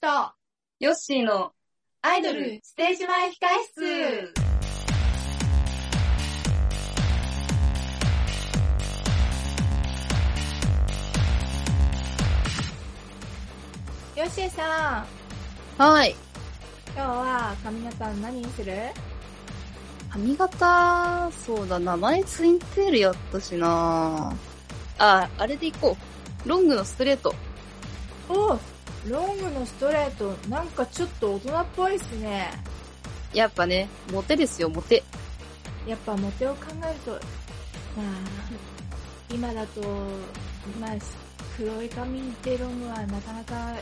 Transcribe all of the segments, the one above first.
と、ヨッシーのアイドルステージ前控室。よしえさん、はい。今日は髪型何にする髪型、そうだな、前ツインテールやったしなあ、あれで行こう。ロングのストレート。おロングのストレート、なんかちょっと大人っぽいっすね。やっぱね、モテですよ、モテ。やっぱモテを考えると、まあ、今だと、まあ、黒い髪でロングはなかなか、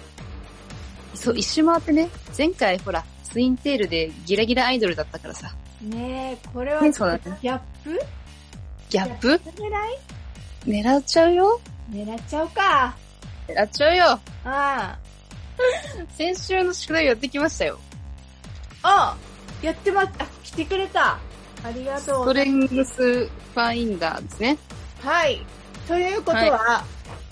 そう、一周回ってね、前回ほら、ツインテールでギラギラアイドルだったからさ。ねえ、これは、ねギそうだねャップギャップ狙い狙っちゃうよ狙っちゃうか。狙っちゃうよあ先週の宿題やってきましたよ。あ。おやってま、あ、来てくれた。ありがとストう。レングスファインダーですね。はい。ということは、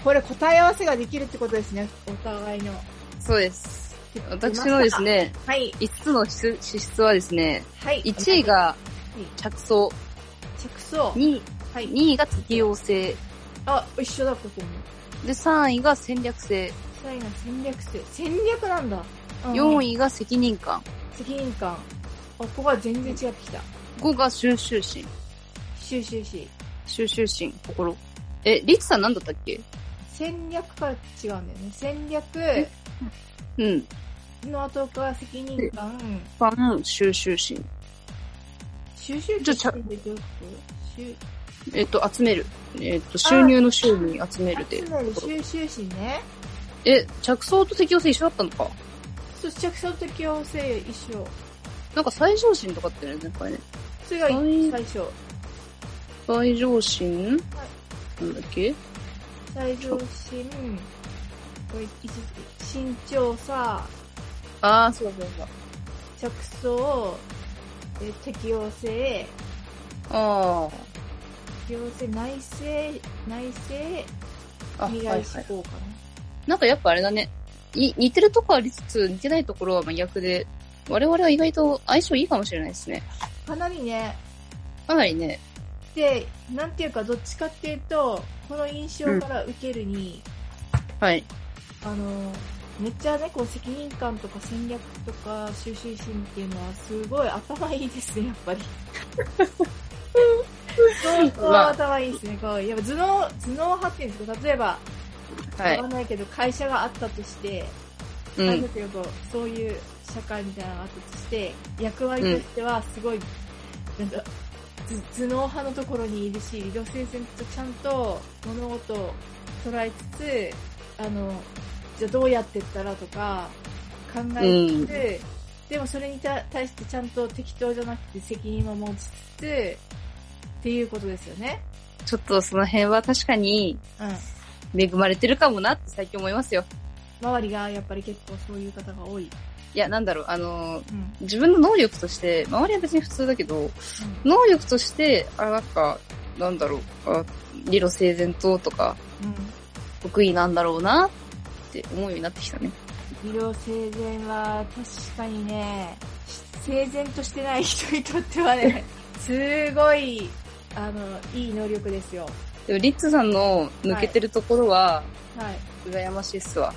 これ答え合わせができるってことですね。お互いの。そうです。私のです。ね、はい。 5つの資資質はですね、はい。 1位がはい、着想、着想。 2位はい。 2位が適応性、あ、一緒だ、ここも。で、3位が戦略性、 3位が戦略性。戦略なんだ。 4位。位が責任感、責任感。あ、ここは全然違ってきた。 5が収集心、シュシュシュ。収集心、心。え、リツさんなんだったっけ戦略から違うんだよね。戦略うん。の後から責任感。ファン、収集心。収集じゃあちゃってどういうこと収えっと、集める。えっと、収入の収入集めるで集。まり収集心ね。え、着想と適応性一緒だったのかそう、着想的要請一緒。なんか最上心とかってね、なんかね。それがはい最初。最上心なんだっけ最上心。これ、一身長さ、あー、そうそうそう。着想、え適応性、あ適応性、内政、内政、ー。あ、はい未は来い。志向かな。なんかやっぱあれだね。い似てるとこありつつ、似てないところは真逆で、我々は意外と相性いいかもしれないですね。かなりね、かなりね、で、なんていうか、どっちかっていうと、この印象から受けるに、はい。あの、めっちゃね、こう責任感とか戦略とか収集心っていうのはすごい頭いいですね、やっ ぱり。相当頭いいですね、こう。やっぱ頭脳、頭脳派っていうんですか、例えば、わはいか。んないけど、会社があったとして、うなんんだ。けど、そういう社会みたいなのがあったとして、役割としてはすごい、なんか、ず頭脳派のところにいるし、理路整然とちゃんと物事を捉えつつ、あの、じゃあどうやってったらとか考えつつ、でもそれにた対してちゃんと適当じゃなくて責任も持ちつつ、っていうことですよね。ちょっとその辺は確かにうん。恵まれてるかもなって最近思いますよ。周りがやっぱり結構そういう方が多い。いや、なんだろう、あのー、うん。うん自分の能力として、周りは別に普通だけど、能力として、あ、なんか、なんだろう、あ理路整然ととか、うん得意なんだろうなって思うようになってきたね。医療整然は確かにね、整然としてない人にとってはね、 すごい、あの、いい能力ですよ。でも、リッツさんの抜けてるところは、はい。羨ましいっすわ。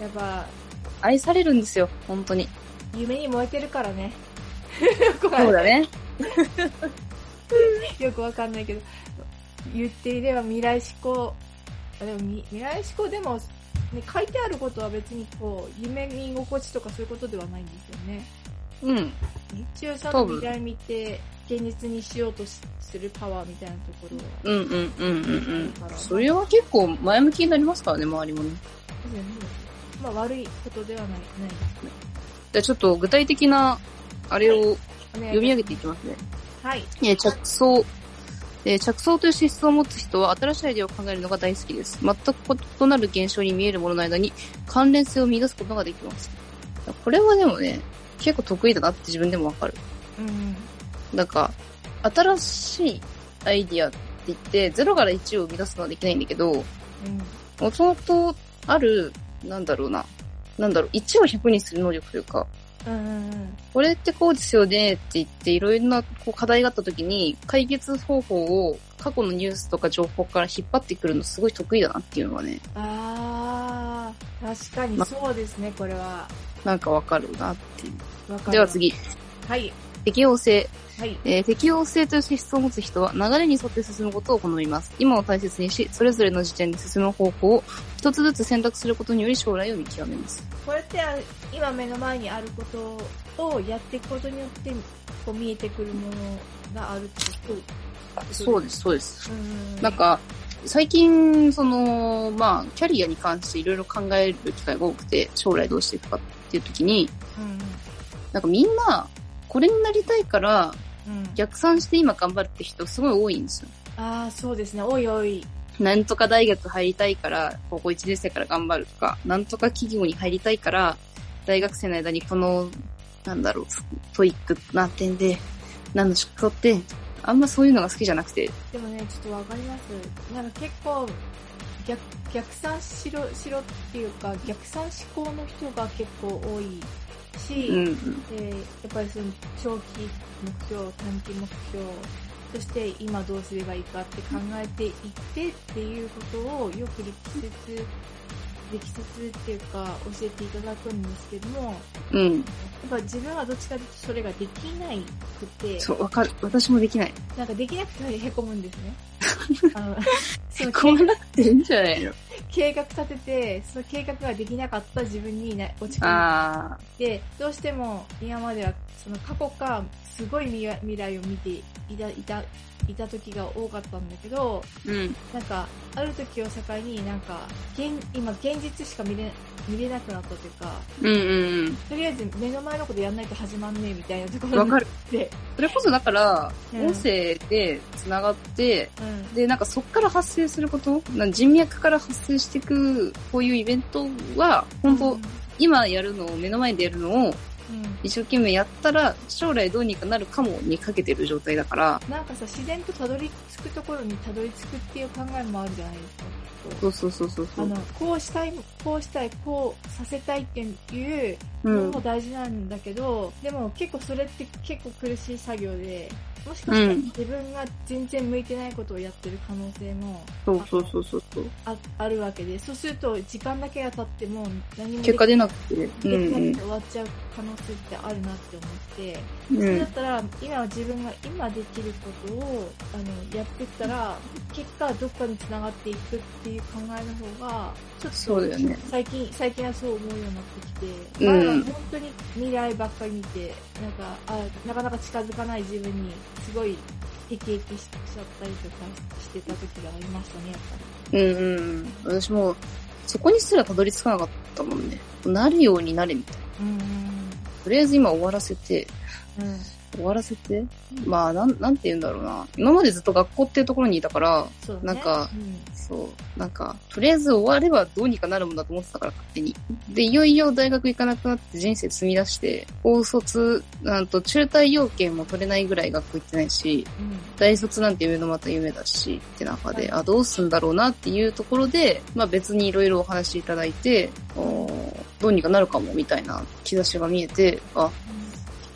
やっぱ、愛されるんですよ、本当に。夢に燃えてるからね。 そうだね。よくわかんないけど、言っていれば未来志向、あでもみ未来志向でも、ね、書いてあることは別にこう、夢見心地とかそういうことではないんですよね。うん。一応そ多の分未来見て、現実にしようとしするパワーみたいなところは。うんうんうんうんうん。それは結構前向きになりますからね、周りもね。まあ悪いことではない。じゃあちょっと具体的な、あれをない読み上げていきますね。はい。えー着想。えー着想という資質を持つ人は新しいアイデアを考えるのが大好きです。全く異なる現象に見えるものの間に関連性を見出すことができます。これはでもね、結構得意だなって自分でもわかる。うん。なんか、新しいアイディアって言って、0から1を生み出すのはできないんだけど、うん。もともとある、なんだろうな、なんだろう、1を100にする能力というか、うんうんこれってこうですよねって言って、いろいろなこう課題があった時に、解決方法を過去のニュースとか情報から引っ張ってくるのすごい得意だなっていうのはね、あー確かにまそうですね、これは。なんかわかるなっていう。わかるでは。次。はい。適応性。はい。えー適応性という資質を持つ人は流れに沿って進むことを好みます。今を大切にし、それぞれの時点で進む方向を一つずつ選択することにより将来を見極めます。これってあ今目の前にあることをやっていくことによってこう見えてくるものがあるってこと。そうですす、そうです。うんなん、か、最近、その、まあ、キャリアに関していろいろ考える機会が多くて、将来どうしていくかっていう時に、うんなんかみんな、これになりたいから、うんうん、逆算して今頑張るって人すごい多いんですよ。ああ、そうですね。おいおい。なんとか大学入りたいから、高校1年生から頑張るとか、なんとか企業に入りたいから、大学生の間にこの、なんだろう、トイックな点で、なんの職取って、あんまそういうのが好きじゃなくて、でもね、ちょっとわかります。なんか結構、逆、逆算しろ、しろっていうか、逆算思考の人が結構多いし、うん、うん、でやっぱりその長期目標、短期目標、そして今どうすればいいかって考えていってっていうことをよく力説、力説っていうか教えていただくんですけども、やっうん、ぱ自分はどっちかというとそれができないくて、そう、わかる。私もできない。なんかできなくてへこむんです ね。あのそのこんなくていいんじゃないの計画立てて、その計画ができなかった自分にな落ち込むあで、どうしても今まではその過去かすごい未来未来を見ていた、いた、いた時が多かったんだけど、ー、うん、なんか、ある時を境になんか、現今現実しか見れ、見れなくなったというか、うん、うんとりあえず目の前のことやんないと始まんねえみたいなとこうん。ろわにかる。で、それこそだから、うん音声で繋がって、うん。で、なんかそっから発生すること、なんか人脈から発生していく、こういうイベントは、本当、うん、今やるのを、目の前でやるのを、一生懸命やったら、将来どうにかなるかもにかけてる状態だから、なんかさ、自然とたどり着くところにたどり着くっていう考えもあるじゃないですか、きっとそうそうそうそうそあのう。、こうしたい、こうしたい、こうさせたいっていううんのも大事なんだけど、でも結構それって結構苦しい作業で、もしかしたらうん自分が全然向いてないことをやってる可能性もそうそうそうそうそう。ああるわけで、そうすると時間だけが経っても何も結果で出なくきて、うできなくんて終わっちゃう可能性ってあるなって思って、うん。そうれだっん。たら今は自分が今できることをあのやってったら、結果どっかに繋がっていくっていう考えの方が、ちょっとそうだよね。最近、最近はそう思うようになってきて、うん前は本当に未来ばっかり見て、なんか、あなかなか近づかない自分に、すごい、ヘキヘキしちゃったりとかしてた時がありましたね、やっうんうん。私も、そこにすらたどり着かなかったもんね。なるようになれみたいな。ぱり。うん。とりあえず今終わらせて、うん。終わらせて、まあ、なん、なんて言うんだろうな。今までずっと学校っていうところにいたから、そうだね。なんかうん、そう、なんか、とりあえず終わればどうにかなるもんだと思ってたから、勝手に。で、いよいよ大学行かなくなって人生積み出して、高卒、なんと中退要件も取れないぐらい学校行ってないし、うん。大卒なんていうのまた夢だし、って中はいで、あ、どうすんだろうなっていうところで、まあ別にいろいろお話いただいて、おーどうにかなるかも、みたいな兆しが見えて、あ、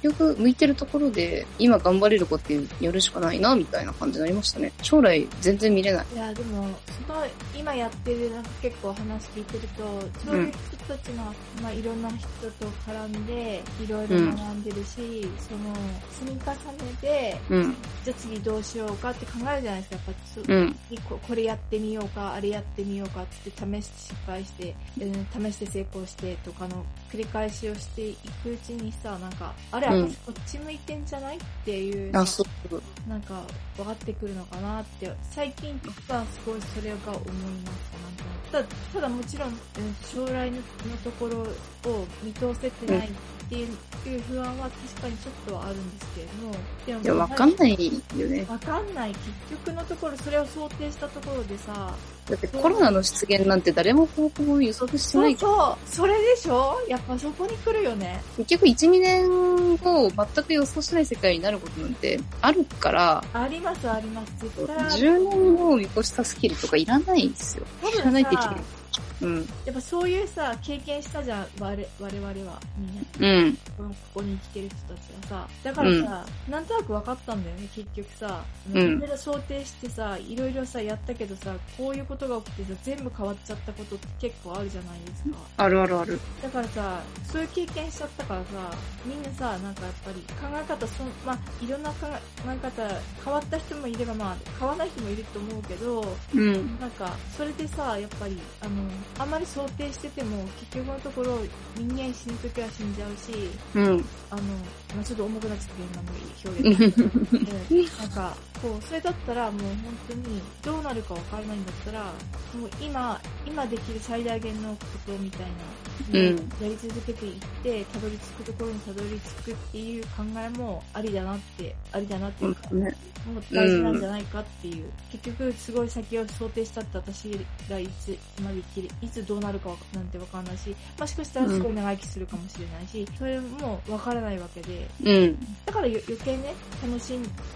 結局向いてるところで今頑張れる子ってやるしかないなみたいな感じになりましたね。将来全然見れない。いや、でも、その、今やってる、なんか結構話聞いてると、そういう人たちの、まあ、いろんな人と絡んで、いろいろ学んでるし、その、積み重ねて、うん、じゃあ次どうしようかって考えるじゃないですか。やっぱそううん、ここれやってみようか、あれやってみようかって試して失敗して、うん、試して成功してとかの繰り返しをしていくうちにさ、なんか、あれ、うん私こっち向いてんじゃないっていう、あ、そう。なんか、分かってくるのかなって、最近はすごいそれが思いますなんかただ、ただもちろん、うん将来ののところを見通せてないっていう,、不安は確かにちょっとはあるんですけれども、でもいや、わかんないよね。わかんない。結局のところ、それを想定したところでさ、だってコロナの出現なんて誰も報告も予測してそなうい。そう、それでしょやっぱそこに来るよね。結局1、2年後全く予想しない世界になることなんてあるから、あります、あります。絶対ある。 10年後を見越したスキルとかいらないんですよ。多知らな分いってさ、うん。やっぱそういうさ、経験したじゃん、我我々は、みんな。うん。このここに生きてる人たちはさ。だからさ、なんとなく分かったんだよね、結局さ。うんいろいろ想定してさ、いろいろさ、やったけどさ、こういうことが起きてさ、全部変わっちゃったことって結構あるじゃないですか。あるあるある。だからさ、そういう経験しちゃったからさ、みんなさ、なんかやっぱり考え方そん、まあ、いろんな考え考え方、変わった人もいれば、まあ、変わらない人もいると思うけど、うん。なんか、それでさ、やっぱり、あの、あんまり想定してても、結局のところ、人間死ぬときは死んじゃうし、うん。あの、まあ、ちょっと重くなっちゃったけど、今の表現。うんなんか、こう、それだったらもう本当に、どうなるかわからないんだったら、もう今、今できる最大限のことみたいな、うんやり続けていって、たどり着くところにたどり着くっていう考えもありだなって、ありだなっていうか、ね。もう大事なんじゃないかっていう。結局、すごい先を想定したって私がいつまで生きる、いつどうなるかなんてわからないし、もしかしたらすごい長生きするかもしれないし、それもわからないわけで、うん。だからよ余計ね、楽し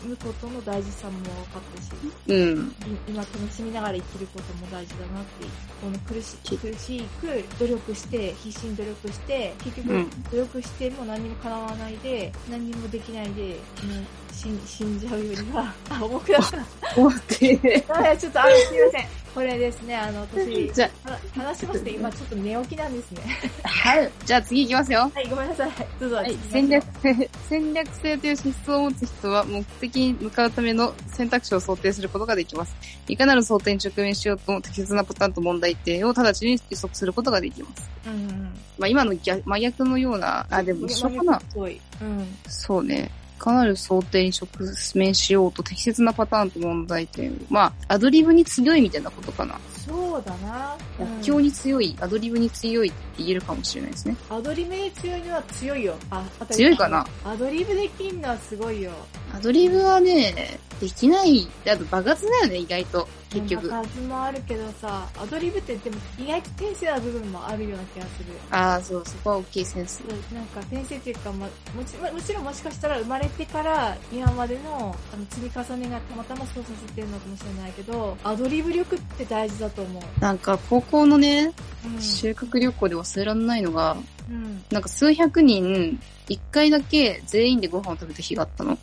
むことの大事さも分かったし、うん。い今楽しみながら生きることも大事だなって、この苦し苦しく努力して、必死に努力して、結う局ん努力しても何も叶わないで、何もできないで、もう死ん死んじゃうよりは、あ、重くなった。終わって。ダメだちょっとあれすいません。これですね、あの、私、 じゃは話しまして、今ちょっと寝起きなんですね。あ、はい。じゃあ次行きますよ。はい、ごめんなさい。どうぞ。はい、戦略。性、戦略性という資質を持つ人は目的に向かうための選択肢を想定することができます。いかなる想定に直面しようとも適切なパターンと問題点を直ちに予測することができます。うんうん。まあ今の逆真逆のような、あ、でも一緒かな。すごい。うん。そうね。いかなる想定に直面しようと適切なパターンと問題点を。まあ、アドリブに強いみたいなことかな。そうだな。逆境に強い、アドリブに強いって言えるかもしれないですね。アドリブに強いのは強いよ。あ、当たり前強いかなアドリブできんのはすごいよ。アドリブはね、できない。あと爆発だよね、意外と。結局。数もあるけどさ、アドリブってでも意外と天性な部分もあるような気がする。ああ、そう、そこは大きいセンそス。うなんか天性っていうか、ま、もちまもちろんもしかしたら生まれてから今までのあの積み重ねがたまたまそうさせてるのかもしれないけど、アドリブ力って大事だと思う。なんか、高校のね、う修学旅行で忘れられないのが、ん。うん。なんか数百人、一回だけ全員でご飯を食べた日があったの。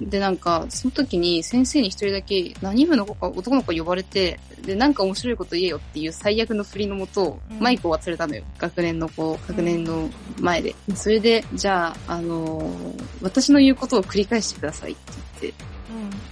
で、なんか、その時に先生に一人だけ何部の子か男の子が呼ばれて、で、なんか面白いこと言えよっていう最悪の振りのもと、うんマイクを忘れたのよ。学年の子、学年の前で。それで、じゃあ、あのー私の言うことを繰り返してくださいって言って、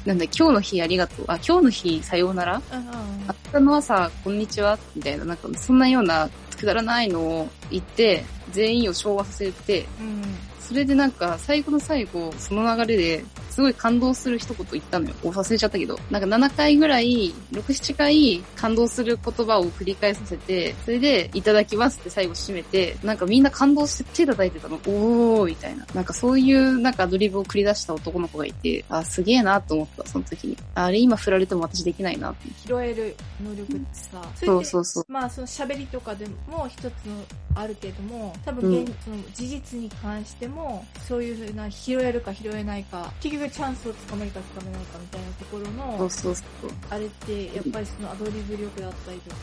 うん。なんだ、今日の日ありがとう。あ、今日の日さようならうん。うん。うん明日の朝、こんにちは、みたいな、なんか、そんなような、くだらないのを言って、全員を昭和させて、うん。それでなんか、最後の最後、その流れで、すごい感動する一言言ったのよ。お忘れちゃったけど。なんか7回ぐらい、6、7回、感動する言葉を繰り返させて、それで、いただきますって最後締めて、なんかみんな感動して手叩いてたの。おー、みたいな。なんかそういう、なんかアドリブを繰り出した男の子がいて、あ、すげえなと思った、その時に。あれ今振られても私できないなって。拾える能力ってさ、れそってうそうそう。まあその喋りとかでも一つのあるけども、多分現、うその事実に関しても、そういうふうな拾えるか拾えないか、結局チャンスをつかめるかつかめないかみたいなところそうの、そうそう。あれってやっぱりそのアドリブ力だったりとか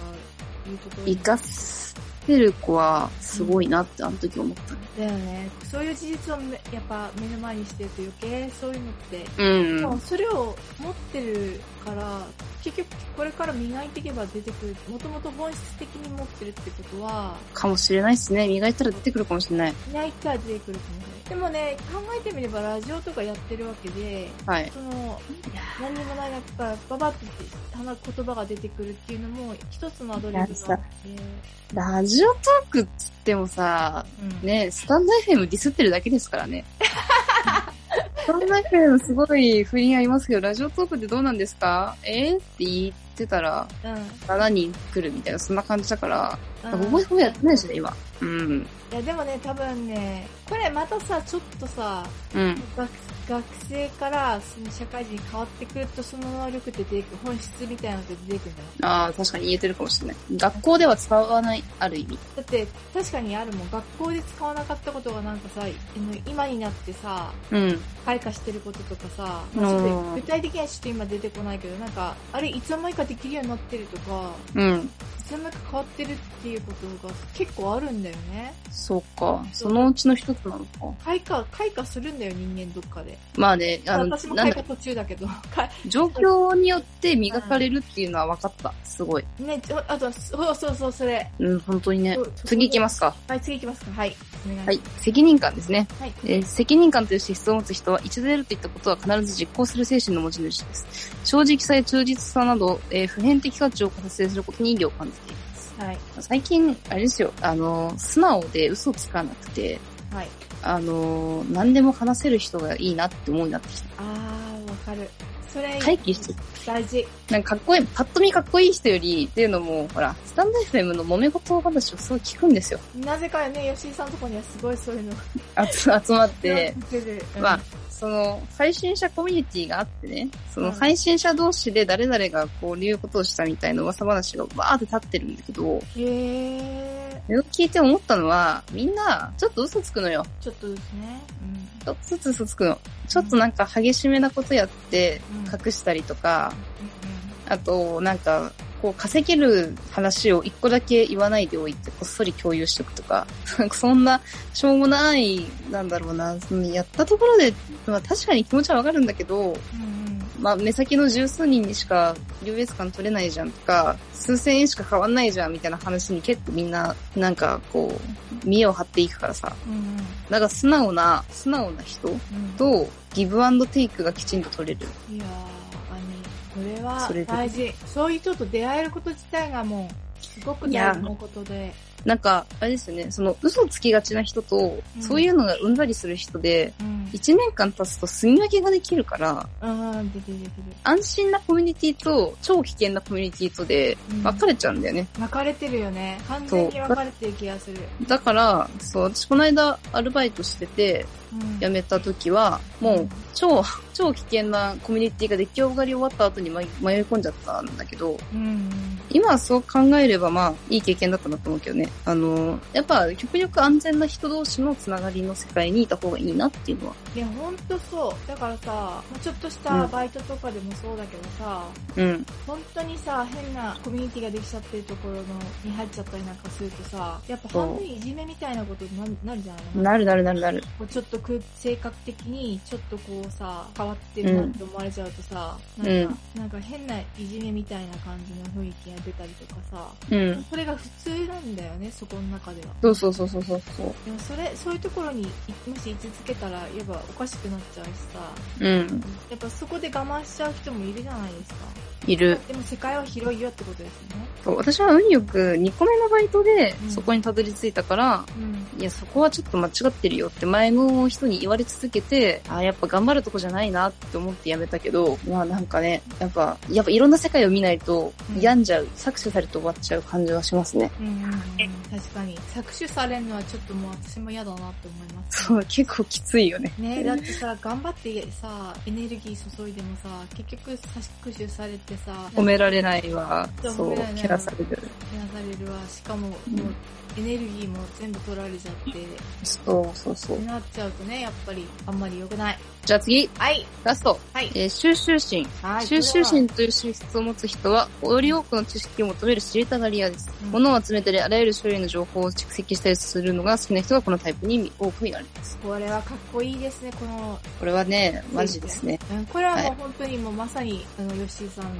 いうところ生にかせる子はすごいなってあの時思ったね。だよね。そういう事実をめやっぱ目の前にしてると余計そういうのって、うんでもそれを持ってるから、結局これから磨いていけば出てくる、もともと本質的に持ってるってことは、かもしれないですね。磨いたら出てくるかもしれない。いないから出てくるかもしれない。でもね、考えてみればラジオとかやってるわけで、はい。その、何にもない中からババって話言葉が出てくるっていうのも、一つのアドリブがあって、ラジオトークっつってもさ、うん、ね、スタンド FM ディスってるだけですから ね。スタンド FM すごい不倫ありますけど、ラジオトークってどうなんですかえー、って言ってたら、うん。 7人来るみたいな、そんな感じだかうら、んほぼほぼやってないですね、今。うん。いや、でもね、多分ね、これまたさ、ちょっとさ、うん。学学生からその社会人に変わってくると、その能力って出てくる、本質みたいなのって出てくるんだよ。ああ、確かに言えてるかもしれない。学校では使わない、ある意味。だって、確かにあるもん、学校で使わなかったことがなんかさ、あの今になってさ、うん。開花してることとかさ、うんまあちょっと具体的にはちょっと今出てこないけど、なんか、あれいつの間にかできるようになってるとか、うん。世の中変わってるっていうことが結構あるんだよね。そうか。そのうちの一つなのか。開花、開花するんだよ、人間どっかで。まあね、あの、私もなん開だ花途中だ けど。開状況によって磨かれるっていうのは分かった。すごい。ね、ちょあとは、そうそうそう、それ。うん、本当にねそう。次行きますか。はい、次行きますか。はい。お願いしますはい。責任感ですね。はいえー責任感という資質を持つ人は、一度やるといったことは必ず実行する精神の持ち主です。正直さや忠実さなど、えー普遍的価値を達成することに意義を感じています。はい。最近、あれですよ、あのー、素直で嘘つかなくて、はい。あのー、何でも話せる人がいいなって思うようになってきた。あー、わかる。それ、回帰して大事。なんかかっこいい、パッと見かっこいい人より、っていうのも、ほら、スタンド FM の揉め事話をすごい聞くんですよ。なぜかね、吉井さんのとこにはすごいそういうのがあつ集 まって。出てる。うんまあ、その、配信者コミュニティがあってね、そのうん配信者同士で誰々がこういうことをしたみたいな噂話がバーって立ってるんだけど、へえそれを聞いて思ったのは、みんな、ちょっと嘘つくのよ。ー、ちょっとですね。ちょっとずつ嘘つくの。ちょっとなんか激しめなことやってうん、隠したりとか、うあと、なんか、こう、稼げる話を一個だけ言わないでおいて、こっそり共有しておくとか、 なんかそんな、しょうもない、なんだろうな、そのやったところで、まあ確かに気持ちはわかるんだけど、んうんうんうんまあ、目先の十数人にしか優越感取れないじゃんとか、数千円しか変わんないじゃんみたいな話に結構みんな、なんかこう、見栄を張っていくからさ。うんだから素直な、素直な人うんうと、ギブアンドテイクがきちんと取れる。んいやー、あのねこれはそれで大事。そういう人と出会えること自体がもう、すごく大事なことで。なんか、あれですよね、その嘘つきがちな人と、うんそういうのがうんざりする人で、うん。一年間経つと住み分けができるから、うん、出てる出て安心なコミュニティと、超危険なコミュニティとで、る。うん分かれちゃうんだよね。分かれてるよね。完全に分かれてる気がする。だから、そう、私この間アルバイトしてて、うん辞めた時は、もう超、超危険なコミュニティが出来上がり終わった後に迷迷い込んじゃったんだけど、うん。今はそう考えればまあ、いい経験だったなと思うけどね。あの、やっぱ極力安全な人同士のつながりの世界にいた方がいいなっていうのは。いや、ほんとそう。だからさ、ちょっとしたバイトとかでもそうだけどさ、うん。本当にさ、変なコミュニティができちゃってるところのに入っちゃったりなんかするとさ、やっぱ半分いじめみたいなことにななるじゃないのなるなるなるなる。こうちょっとく性格的にちょっとこうさ、変わってるなって思われちゃうとさ、んなんか、なんか変ないじめみたいな感じの雰囲気が出たりとかさ、うん。それが普通なんだよね、そこの中では。そうそうそうそうそうそう。でもそれ、そういうところにいもし居続けたら、やっぱおかしくなっちゃうしさ、うん。やっぱそこで我慢しちゃう人もいるじゃないですか。いる。でも世界は広いよってことですよね。そう私は運よく2個目のバイトでうんそこにたどり着いたから、うん。いや、そこはちょっと間違ってるよって前の人に言われ続けて、あーやっぱ頑張るとこじゃないなって思ってやめたけど、まあなんかね、やっぱ、やっぱいろんな世界を見ないとうん病んじゃう、搾取されて終わっちゃう感じはしますね。 うんうんうん、確かに。搾取されるのはちょっともう私も嫌だなって思います。そう、結構きついよね。ねだってさ、頑張ってさ、エネルギー注いでもさ、結局搾取されてさ、褒められないわ、そうそ褒うめられな、い蹴らされる。減らされるわ。しかも、もううんエネルギーも全部取られちゃって、そうそうそうっ。てなっちゃうとね、やっぱりあんまり良くない。じゃあ次、はい、ラスト。はい、えー収集心。はい。収集心という資質を持つ人は、より多くの知識を求める知りたがり屋です。うん物を集めたり、あらゆる種類の情報を蓄積したりするのが好きな人がこのタイプに多く見られます。これはかっこいいですね、この、これはね、マジですね。うんこれはもはうい本当にもうまさに、あの、吉井さんの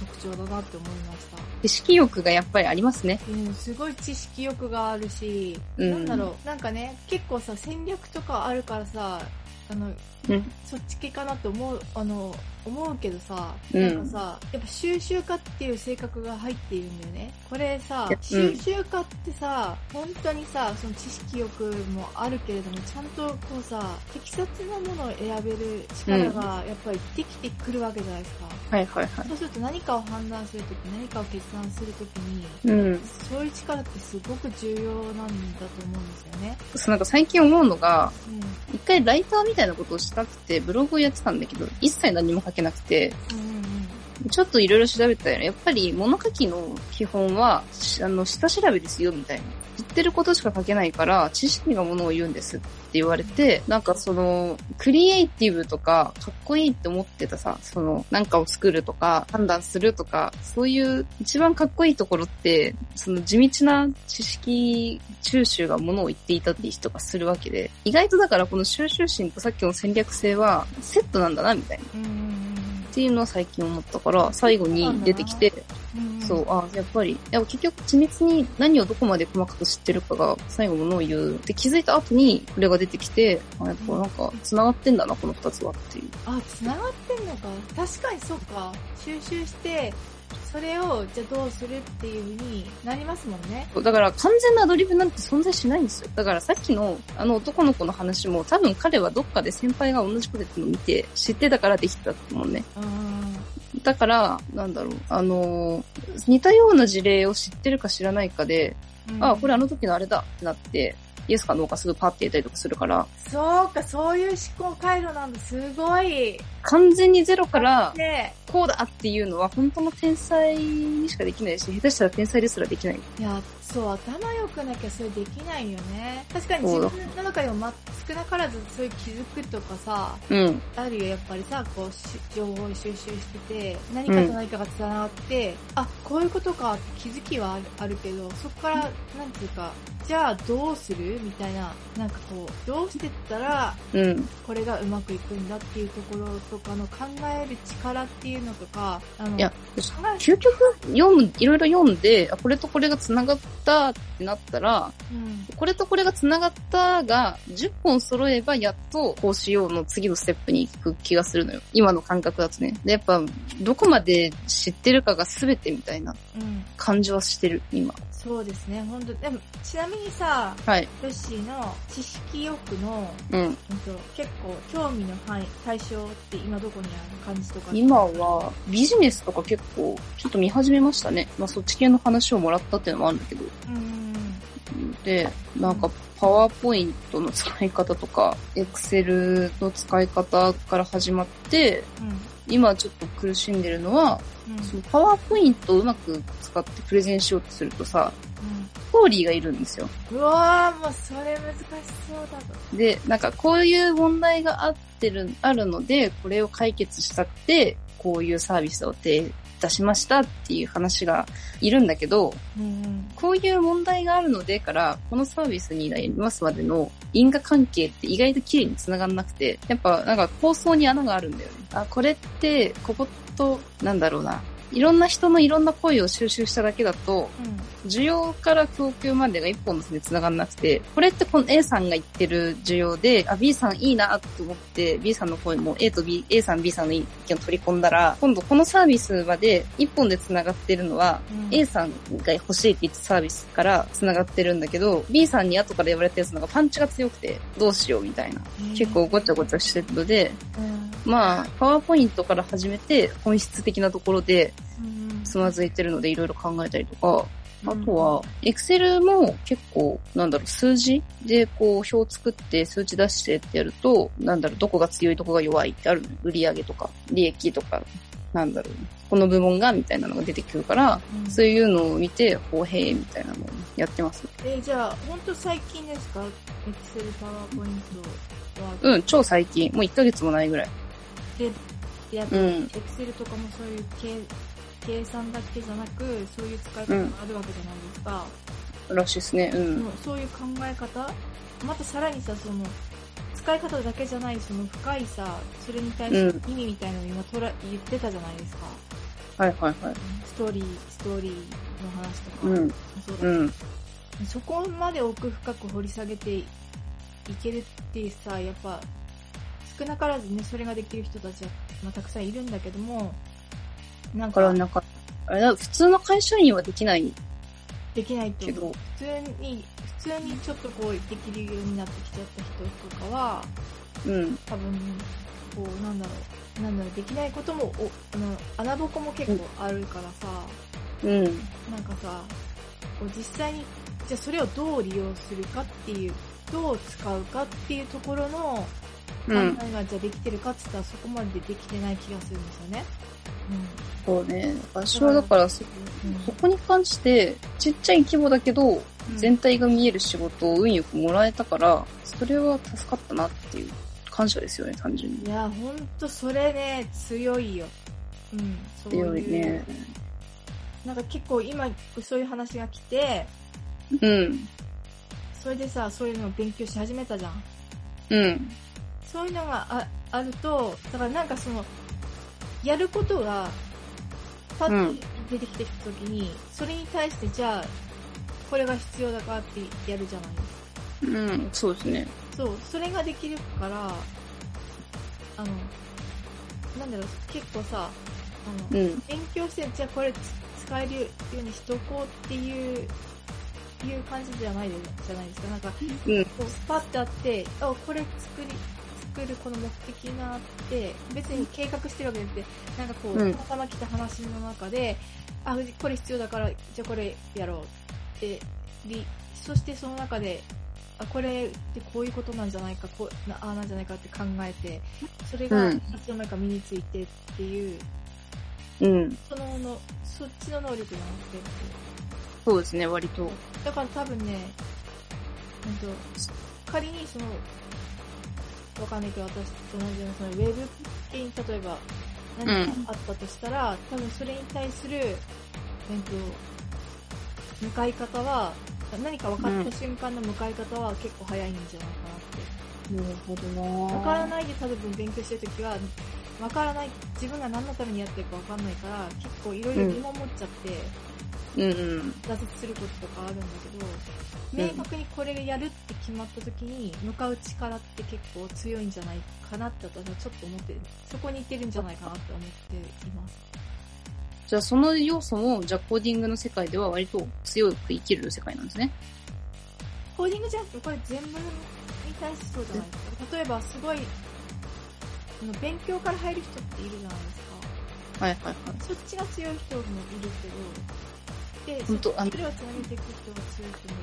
特徴だなって思いました。意識欲がやっぱりありますね。うん、すごい知識欲があるし、うんなんだろう、なんかね、結構さ、戦略とかあるからさ、あの、うんそっち系かなと思う、あの、思うけどさ、うんなんかさ、やっぱ収集家っていう性格が入っているんだよね。これさいや、う収ん集家ってさ、本当にさ、その知識欲もあるけれども、ちゃんとこうさ、適切なものを選べる力が、やっぱりできてくるわけじゃないですか。はいはいはそうすると何かを判断するとき、何かを決断するときに、い。うん。そういう力ってすごく重要なんだと思うんですよね。そうなんか最近思うのが、うん。一回ライターみたいなことをしたくて、ブログをやってたんだけど、一切何も書けなくて、うんうんちょっといろいろ調べたら、やっぱり物書きの基本は、しあの、下調べですよみたいな。言っってることしか書けないから、知識がものを言うんですって言われて、なんかその、クリエイティブとか、かっこいいって思ってたさ、その、なんかを作るとか、判断するとか、そういう一番かっこいいところって、その地道な知識収集がものを言っていたりとかするわけで、意外とだからこの収集心とさっきの戦略性はセットなんだな、みたいな。うんっていうのは最近思ったから、最後に出てきて、うんそう、あやっぱり、やっぱ結局、緻密に何をどこまで細かく知ってるかが最後ものを言う。で、気づいた後にこれが出てきて、あやっぱなんか、繋がってんだな、この二つはっていう。あ、繋がってんのか。確かにそうか。収集して、それを、じゃあどうするっていう風になりますもんね。だから、完全なアドリブなんて存在しないんですよ。だから、さっきの、あの男の子の話も、多分彼はどっかで先輩が同じことやってるのを見て、知ってたからできてたと思うね。うん。だから、なんだろう、あのー似たような事例を知ってるか知らないかで、あ、これあの時のあれだってなって、イエスかノーかすぐパッてやったりとかするから、そうか、そういう思考回路なんだ。すごい。完全にゼロから、で、こうだっていうのは本当の天才にしかできないし、下手したら天才ですらできない。いや、そう、頭良くなきゃそれできないよね。確かに自分の中でも、ま、少なからずそういう気づくとかさ、うん。あるよ、やっぱりさ、こうし、情報を収集してて、何かと何かが繋がって、あ、こういうことかって気づきはあるあるけど、そこから、なんていうか、じゃあどうするみたいな、なんかこう、どうしてったら、うん。これがうまくいくんだっていうところとかの考える力っていうのとか、あの、いや、考究極読む、いろいろ読んで、あこれとこれが繋がったってなったら、え、うん、これとこれが繋がったが、10本揃えばやっとこうしようの次のステップに行く気がするのよ。今の感覚だとね。で、やっぱ、どこまで知ってるかが全てみたいなうん、感じはしてる、今。そうですね、本当でも、ちなみにさ、はい。ヨッシーの知識欲の、うん。うんと、結構興味の範囲、対象って今どこにある感じとか。今はビジネスとか結構ちょっと見始めましたね。まあそっち系の話をもらったっていうのもあるんだけど。うん。で、なんかパワーポイントの使い方とか、エクセルの使い方から始まって、う今ちょっと苦しんでるのは、ん。うんそのパワーポイントをうまく使ってプレゼンしようとするとさ、ストーリーがいるんですよ。うん。うわー、もうそれ難しそうだと。で、なんかこういう問題があってる、あるので、これを解決したくて、こういうサービスを提出しましたっていう話がいるんだけど、うん。こういう問題があるのでから、このサービスになりますまでの因果関係って意外と綺麗に繋がんなくて、やっぱなんか構想に穴があるんだよね。あ、これって、ここと、なんだろうな。いろんな人のいろんな声を収集しただけだと、うん。需要から供給までが一本の線で繋がんなくて、これってこの A さんが言ってる需要で、あ、B さんいいなと思って、B さんの声も A と B、A さん B さんの意見を取り込んだら、今度このサービスまで一本で繋がってるのは、うん A さんが欲しいって言ったサービスから繋がってるんだけど、B さんに後から言われたやつのがパンチが強くて、どうしようみたいな。結構ごちゃごちゃしてるので、うん。まあ、パワーポイントから始めて、本質的なところでうん。つまずいてるので、いろいろ考えたりとか、うんあとは、エクセルも結構、なんだろう、数字でこう、表作って数値出してってやると、なんだろう、どこが強い、どこが弱いってあるの売上とか、利益とか、なんだろう、この部門が、みたいなのが出てくるから、うんそういうのを見て、こう、へえ、みたいなのをやってます。え、じゃあ、ほんと最近ですかエクセルパワーポイントは。うん、超最近。もう1ヶ月もないぐらい。で、やっうん。エクセルとかもそういう計計算だけじゃなく、そういう使い方があるわけじゃないですか。らしいですね。うん。もうそういう考え方またさらにさ、その、使い方だけじゃない、その深いさ、それに対して意味みたいなのを今とら、言ってたじゃないですか。はいはいはい。ストーリー、ストーリーの話とか。うん。そうだうん。そこまで奥深く掘り下げていけるってさ、やっぱ、少なからずね、それができる人たちは、まあ、たくさんいるんだけども、なんだからか、なんか、あれだ、普通の会社員はできないできないとけ思うど、普通に、普通にちょっとこう、できるようになってきちゃった人とかは、うん。多分、こう、なんだろう、なんだろう、できないことも、おあの、穴ぼこも結構あるからさ、うん。なんかさ、こう実際に、じゃあそれをどう利用するかっていう、どう使うかっていうところの考うん。えがじゃあできてるかって言ったらそこまででできてない気がするんですよね。そうね。場所はだからそ、そこに関して、ちっちゃい規模だけど、うん。全体が見える仕事を運よくもらえたから、それは助かったなっていう感謝ですよね、単純にい。や、ほんとそれね、強いよ。うん、そういう。強いね。なんか結構今、そういう話が来て、うん。それでさ、そういうのを勉強し始めたじゃん。うん。そういうのがああると、だからなんかその、やることが、パうッんと出てきてきたときに、それに対してじゃあ、これが必要だからってやるじゃないですか。うん。そうですね。そう、それができるから、あの、なんだろう、結構さ、あうの、ん。勉強して、じゃあこれつ使えるようにしとこうっていう、いう感じじゃないでじゃないですか。なんか、うん。こうパッてあって、あ、これ作り、作るこの目的があって、別に計画してるわけじゃなくて、なんかこう、うんたまたま来た話の中で、あ、これ必要だから、じゃあこれやろうって、りそしてその中で、あ、これってこういうことなんじゃないか、こうなああなんじゃないかって考えて、それがうんいつの間にか身についてっていう、うん。そのの、そっちの能力じゃなくて、そうですね、割と。だから多分ね、うんと、仮にその、わかんないけど私と同じようにそのウェブ系に例えば何かあったとしたら、多分それに対する、うんと、向かい方は、何か分かった瞬間の向かい方は結構早いんじゃないかなって。なるほどなわからないで多分勉強してるときは、わからない、自分が何のためにやってるかわかんないから、結構いろいろ疑問持っちゃって、うんうん。挫折することとかあるんだけど、明確にこれやるって決まった時に向かう力って結構強いんじゃないかなって私はちょっと思ってる。そこにいけるんじゃないかなって思っています。じゃあその要素も、じゃあコーディングの世界では割と強く生きる世界なんですね。コーディングじゃなくて、これ全部に対してそうじゃないですか。例えばすごい、あの勉強から入る人っているじゃないはいはいはい。ですか。そっちが強い人もいるけど、で、そほんとあのそれをつなげていく人が強い人もいる。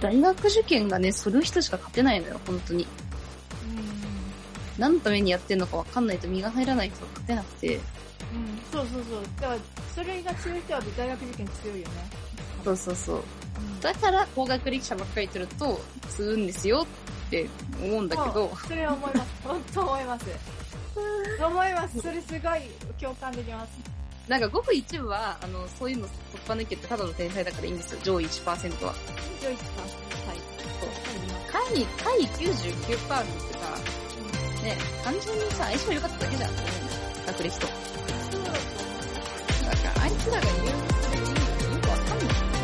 大学受験がね、する人しか勝てないのよ、本当に。うん何のためにやってんのか分かんないと身が入らない人は勝てなくて。うん、そうそうそう。だから、それが強い人は大学受験強いよね。そうそうそう。うんだから、高学歴者ばっかりとると、吸うんですよって思うんだけど、それは思います。本当思います。思います。それすごい共感できます。なんかごく一部は、あの、そういうの突破抜けてただの天才だからいいんですよ、上位1%は。ジョイスさん。はい。そ下位、下位99%の人が、ね、単純にさ、相性良かっただけじゃん、学歴と。うだだから、あいつらが言うことでいいのかよくわかんない。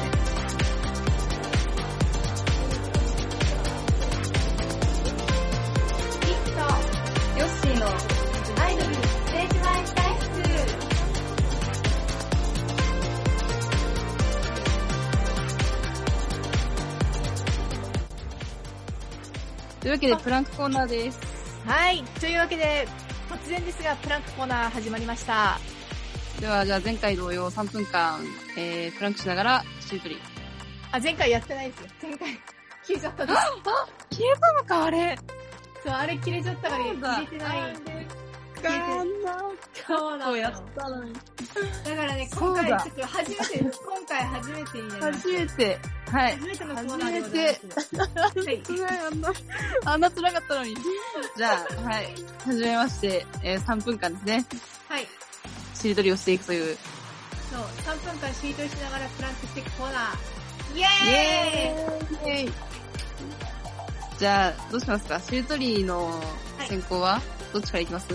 リット、ヨッシーのアイドル、政治前体質。というわけで、プランクコーナーです。はい。というわけで、突然ですが、プランクコーナー始まりました。では、じゃあ前回同様3分間、えー、プランクしながら、しりとり。あ、前回やってないですよ。前回、消えちゃったんです。消えたのか、あれ。そう、あれ切れちゃったからそうだ入れてない。かそうそうやったのに。だからね、そ今うだ回、ちょっと初めて、今回初めてになります初めて。はい。初めてのコーナーでございます。はいあんな、あんな辛かったのに。じゃあ、はい。はじめまして、えー、3分間ですね。はい。しりとりをしていくという。そう、3分間シートしながらプランクしていくコーナー。イイエーイエーイじゃあ、どうしますかしりとりのはい先行は、どっちからいきます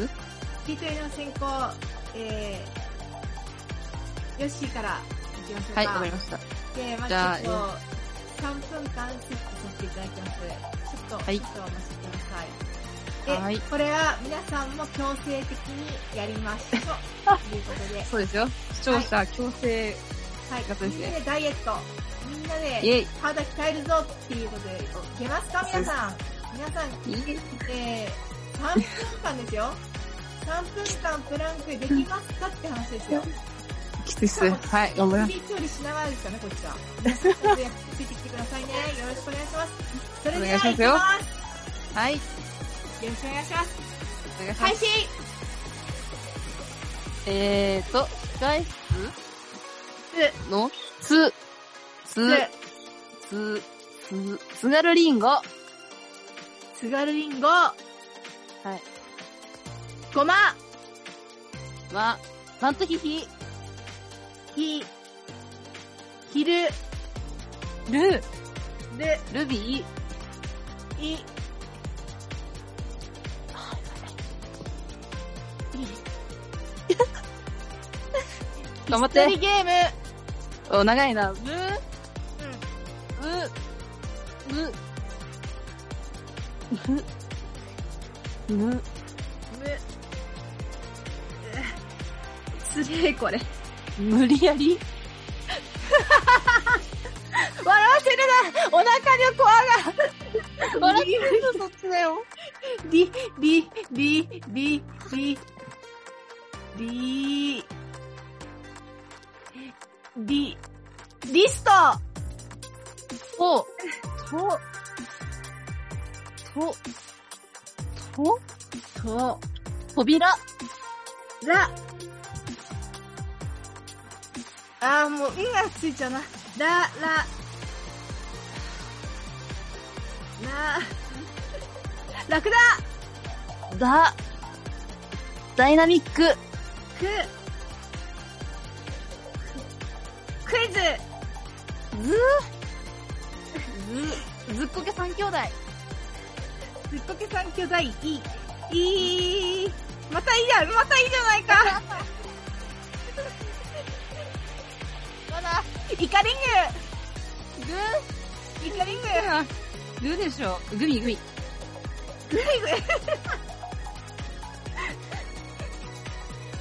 シートの先行、えー、ヨッシーからいきましょうか。はい、わかりました。で、まずじゃあちょっと、3分間スキップさせていただきます。ちょっと、はいちょっとお待ちください。で、はいこれは皆さんも強制的にやりま しょう。ということで、そうですよ。視聴者強制、はいやっぱりみで。すんねなでダイエット。みんなイでエイ体鍛えるぞっていうことで、いけますか皆さん。皆さん、イエイえー、3分間ですよ。3分間プランクできますかって話ですよ。きついっす。はい、頑張ります。一人しながらですかね、こっちは。皆さんちょっとやってついてきてくださいね。よろしくお願いします。それでは、お願いしますよ行きますはい。よろしくお願いします。お願いしま開す。始えーと、外出の、す、す、す、す、すがるりんご。はつ、津軽りんご、い。ごま、ま、まんとひひ、ひ、ひる、る、る、るび、い、い、頑張っ一て。人ゲーム、お、長いな。ぶ、うん、う、う、む、む、む、うすげえこれ。無理やり笑わせるなお腹のコアが笑ってるのそっちだよ。り、り、り、り、り、り、り、リストと、と、と、と、と、扉。ら、あーもう、いがついちゃうな。ら、ら、ら、ラクダ、だ、ダイナミック、く、クイズ、ず、ず、ずっこけ三兄弟。ずっこけ三兄弟、いい、いい、またいいじゃん、またいいじゃない か。まだ、イカリンぐ、グ、イカリング、ぐでしょ。グミグミ。グイグイ。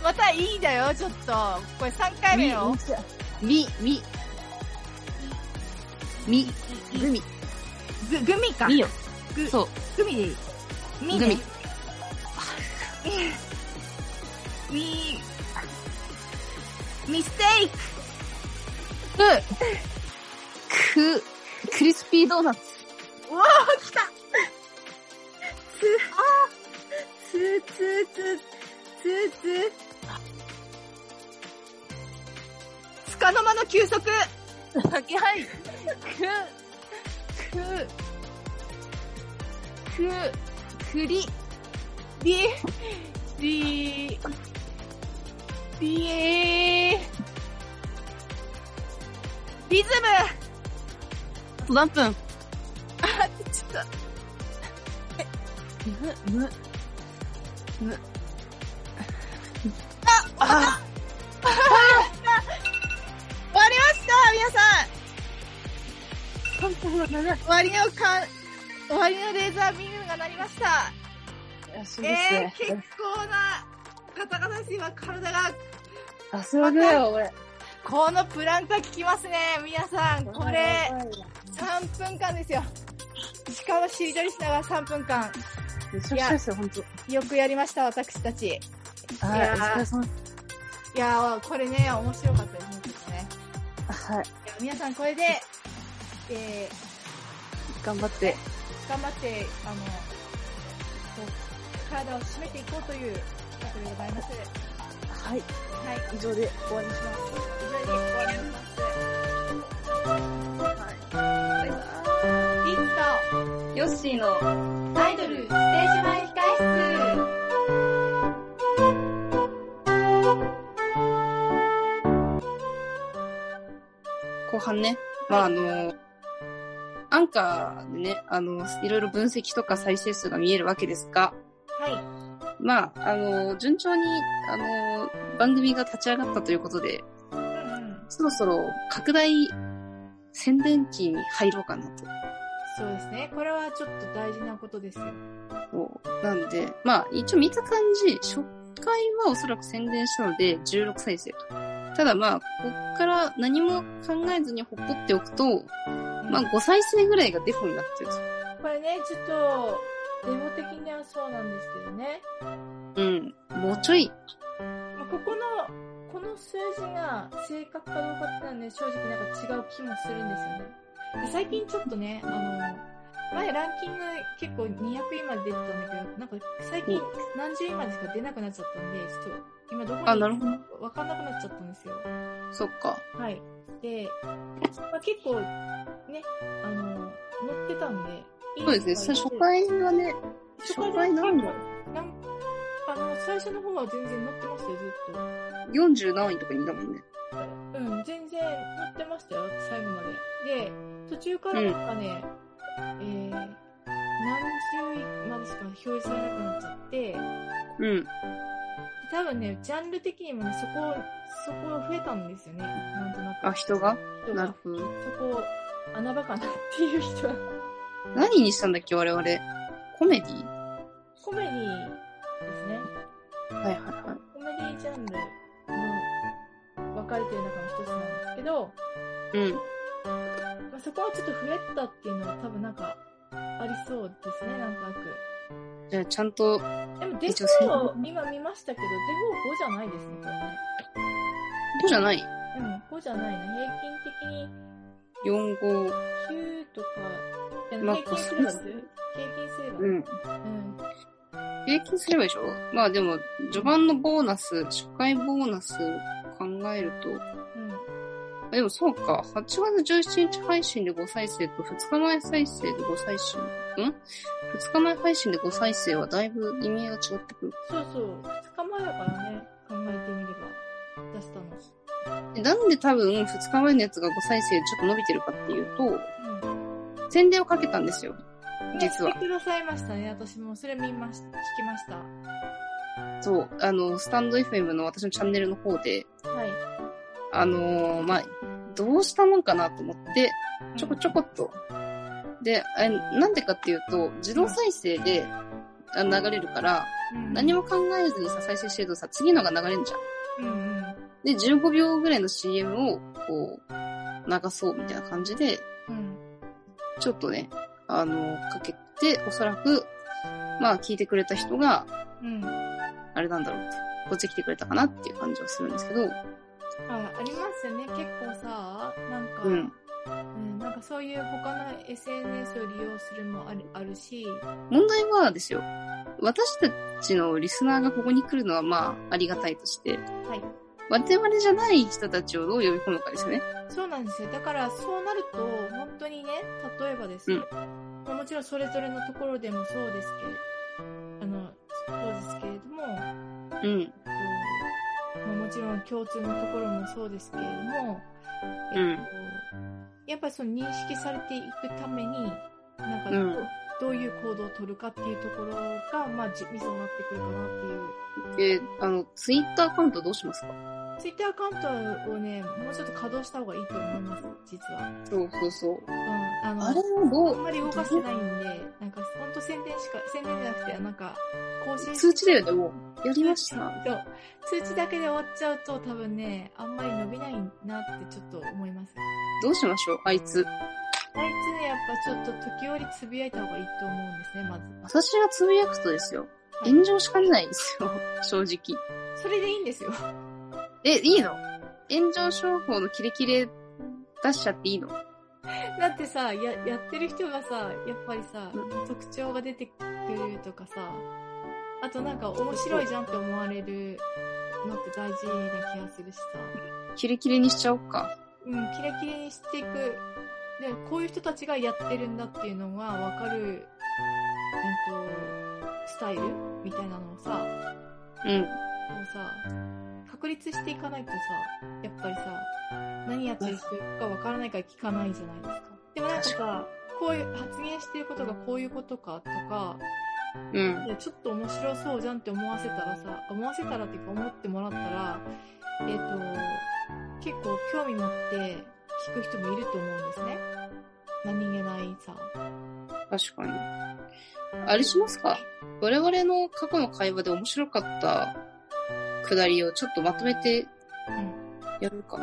またいいだよ、ちょっと。これ3回目よ。み、み、み、グミ。ググミか。みよ。グそグミでいい。ミう、ねグミ。。ミミステイクく、クリスピードーナツ。おお来たつ、あつ、つ、つ、つ、つ。つかの間の休息はい。く、く、く、くり、り、り、りえーリズムあと何ち分ょっむ、む、む。あと、終わりました皆さあん終わりのかん、終わりのレーザービームが鳴りましたそえうですーね、。結構な方々です、今体が。さすがだよ、俺。このプランター効きますね、皆さん。これ、やばい3分間ですよ。しかもしりとりしながら3分間。わめちゃくちゃですよ、ほんと。よくやりました、私たち。はいい、やお疲れ様。いやー、これね、面白かったですねちょっとね。はい、いや皆さん、これで、えー、頑張って。頑張って、あの、こう体を締めていこうという企画でございます。はい、はい。以上で終わりにします。以上で終わります。バイバリットイヨッシーのタイトル、ステージ前控室。後半ね、まああの、アンカーでね、あの、いろいろ分析とか再生数が見えるわけですが、はまあ、あの、順調に、あの、番組が立ち上がったということで、い。うんうん。そろそろ拡大宣伝期に入ろうかなと。そうですね。これはちょっと大事なことですよ。こうなんで、まあ、一応見た感じ、初回はおそらく宣伝したので16再生と。ただまあ、こっから何も考えずにほっぽっておくと、まあ5再生ぐらいがデフォになってると。これね、ちょっと、デモ的にはそうなんですけどね。うん。もうちょいまあここの、この数字が正確かどうかっていうのはね、正直なんか違う気もするんですよね。で最近ちょっとね、あの、前ランキング結構200位まで出てたんだけど、なんか最近何十位までしか出なくなっちゃったんで、ちょっと今どこにあなるほどわかんなくなっちゃったんですよ。そっか。はい。で、まあ、結構ね、あの、乗ってたんで、いいそうですね。のがさ初回はね、初回なんだろなんあの、最初の方は全然乗ってましたよ、ずっと。う。40何位とかにいたもんね。うん、全然乗ってましたよ、最後まで。で、途中からなんかね、えー、何十位までしか表示されなくなっちゃって、でうん。多分ね、ジャンル的にもね、そこ、そこが増えたんですよね、なんとなく。あ、人が人がなるほど。そこ、穴場かなっていう人が。何にしたんだっけ、我々。コメディ コメディですね。はいはいはコメディジャンルの分かれてる中の一つなんですけど、い。うん。まあ、そこはちょっと増えたっていうのは多分なんか、ありそうですね、なんとなく。じゃあ、ちゃんと、でもデ一応そフうォー今見ましたけど、デフォー5じゃないですね、これね。 5じゃないうん、5じゃないね。平均 ?4、5。的に9とか、いやまあ平均すれば、そう平均すれば。うん。うん。平均すればでしょまあでも、序盤のボーナス、初回ボーナス考えると、うん。あでもそうか、8月17日配信で5再生と2日前再生で5再生、ん ?2 日前配信で5再生はだいぶ意味が違ってくる。そうそう。2日前だからね、考えてみれば、出したの。でなんで多分2日前のやつが5再生ちょっと伸びてるかっていうと、うん。宣伝をかけたんですよ。ね実は来てくださいましたね。私もそれ見まし、聞きました。そう、あの、スタンド FM の私のチャンネルの方で、はい。あのーまあ、どうしたもんかなと思って、ちょこちょこっと。で、えなんでかっていうと、自動再生であ流れるから、うん、何も考えずにさ、再生してるとさ、次のが流れるじゃん。うんうん。で、15秒ぐらいの CM を、こう、流そうみたいな感じで、うん。ちょっとね、あの、かけて、おそらく、まあ、聞いてくれた人が、うん。あれなんだろうと、こっち来てくれたかなっていう感じはするんですけど、あ、ありますよね。結構さ、なんか、うん。うん、なんかそういう他の SNS を利用するもあるあるし、問題はですよ、私たちのリスナーがここに来るのはまあありがたいとして、はい。我々じゃない人たちをどう呼び込むかですよね。そうなんですよ。だからそうなると、本当にね、例えばですよ。まあもちろんそれぞれのところでもそうですけれあの、そうですけれども、うん。えっとまあ、もちろん共通のところもそうですけれども、えっとうんやっぱりその認識されていくために、なんかどうう、んどういう行動を取るかっていうところが、まあ、じミソになってくるかなっていうで、あの、ツイッターアカウントどうしますかツイッターアカウントをね、もうちょっと稼働した方がいいと思います、実は。そうそうそう。うん、あの、あれをあどんう、まり動かしてないんで、なんか、ほんと宣伝しか、宣伝じゃなくて、なんか、更新通知だよね、もう。やりました。そう。通知だけで終わっちゃうと、多分ね、あんまり伸びないなってちょっと思います。どうしましょう、あいつ。あいつね、やっぱちょっと時折つぶやいた方がいいと思うんですね、まず。私がつぶやくとですよ、はい炎上しかねないんですよ、正直。それでいいんですよ。 え、いいの炎上商法のキレキレ出しちゃっていいのだってさ、や、やってる人がさ、やっぱりさう、特徴が出てくるとかさ、あとなんか面白いじゃんって思われるのって大事な気がするしさ、キレキレにしちゃおうか。うん、キラキラにしていく。で、こういう人たちがやってるんだっていうのがわかる、えっと、スタイルみたいなのをさ、うん。もうさ、確立していかないとさ、やっぱりさ、何やってる人かわからないから聞かないじゃないですか。でもなんかさ、こういう発言してることがこういうことかとか、うん。いやちょっと面白そうじゃんって思わせたらさ、思わせたらっていうか思ってもらったら、えっ、と、結構興味持って聞く人もいると思うんですね。何気ないさ。確かに。あれしますか我々の過去の会話で面白かったくだりをちょっとまとめてうん。やるか。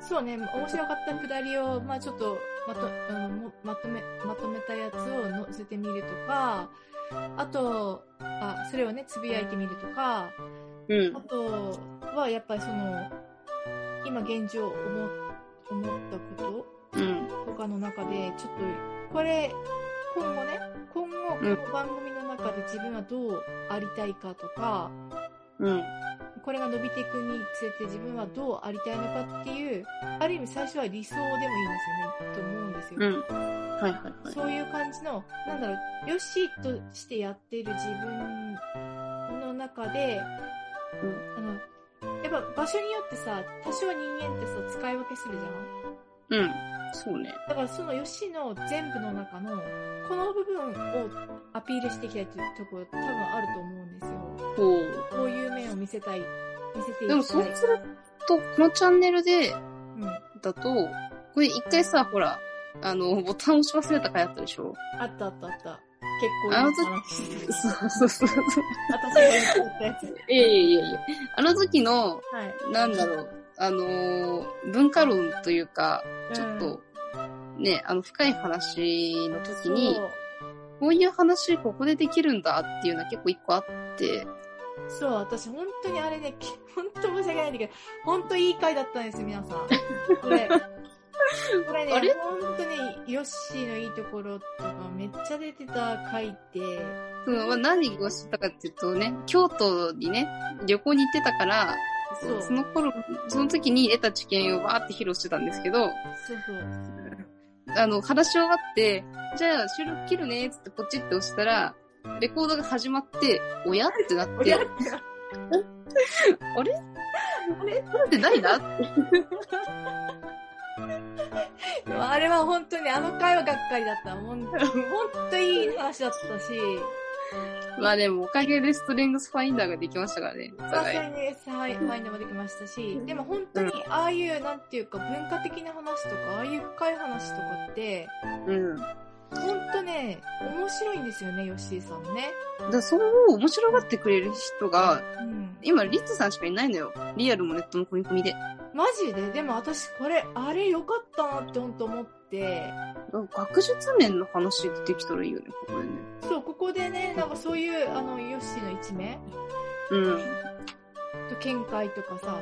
そうね、面白かったくだりを、まあちょっと、まと、うん、もまとめ、まとめたやつを載せてみるとか、あと、あ、それをね、つぶやいてみるとか、うんあ。とはやっぱりその、今現状思、思ったことうん。とかの中で、ちょっと、これ、今後ね、今後、こうんの番組の中で自分はどうありたいかとか、うん。これが伸びていくにつれて自分はどうありたいのかっていう、ある意味最初は理想でもいいんですよね、と思うんですよ。うん。はいはいはい。そういう感じの、なんだろう、よしとしてやっている自分の中で、んあの、やっぱ場所によってさ、多少人間ってさ、使い分けするじゃんうん。そうね。だからそのよしの全部の中の、この部分をアピールしていきたいというところ多分あると思うんですよ。ここういう面を見せたい。見せてう。いきたい。でもそうすると、このチャンネルで、うん。あだと、これ一回さ、ほら、あの、ボタン押し忘れた回あったでしょったあったあった。結構あのいい時話してる。そうそうそうそう。私が言ったやつ。いやいやいやいや。あの時の、はい。なんだろう、あのー文化論というか、ちょっと、ね、あの、深い話の時うん、に、こういう話ここでできるんだっていうのは結構一個あっそて、う、そう、私本当にあれね、き本当申し訳ないんだけど、本当いい回だったんですよ、皆さん。こ れ。これね、あれ本当にヨッシーのいいところとかめっちゃ出てた回って、そのまあ、何をしてたかっていうとね、京都にね、旅行に行ってたから、そそうその頃、その時に得た知見をバーって披露してたんですけど、そうそう。あの、話し終わって、じゃあ収録切るねーっつってポチって押したら、レコードが始まって、おやってなって、 親なってなってないなって。でもあれは本当に、あの回はがっかりだった。ほん本当いい話だったし、まあでも、おかげでストレングスファインダーができましたからね。おまさ互いにね、サイファインダーもできましたし、でも本当に、ああいう、なんていうか、文化的な話とか、ああいう深い話とかって、うん。だ本当ね、面白いんですよね、ヨッシーさんね。からそれを面白がってくれる人が、うん。今、リッツさんしかいないのよ。リアルもネットも込み込みで。マジで、でも私、これ、あれ良かったなって本当思って、なんか学術面の話できたらいいよね、ここでね。そう、ここでね、なんかそういう、あの、ヨッシーの一面うん。と見解とかさ、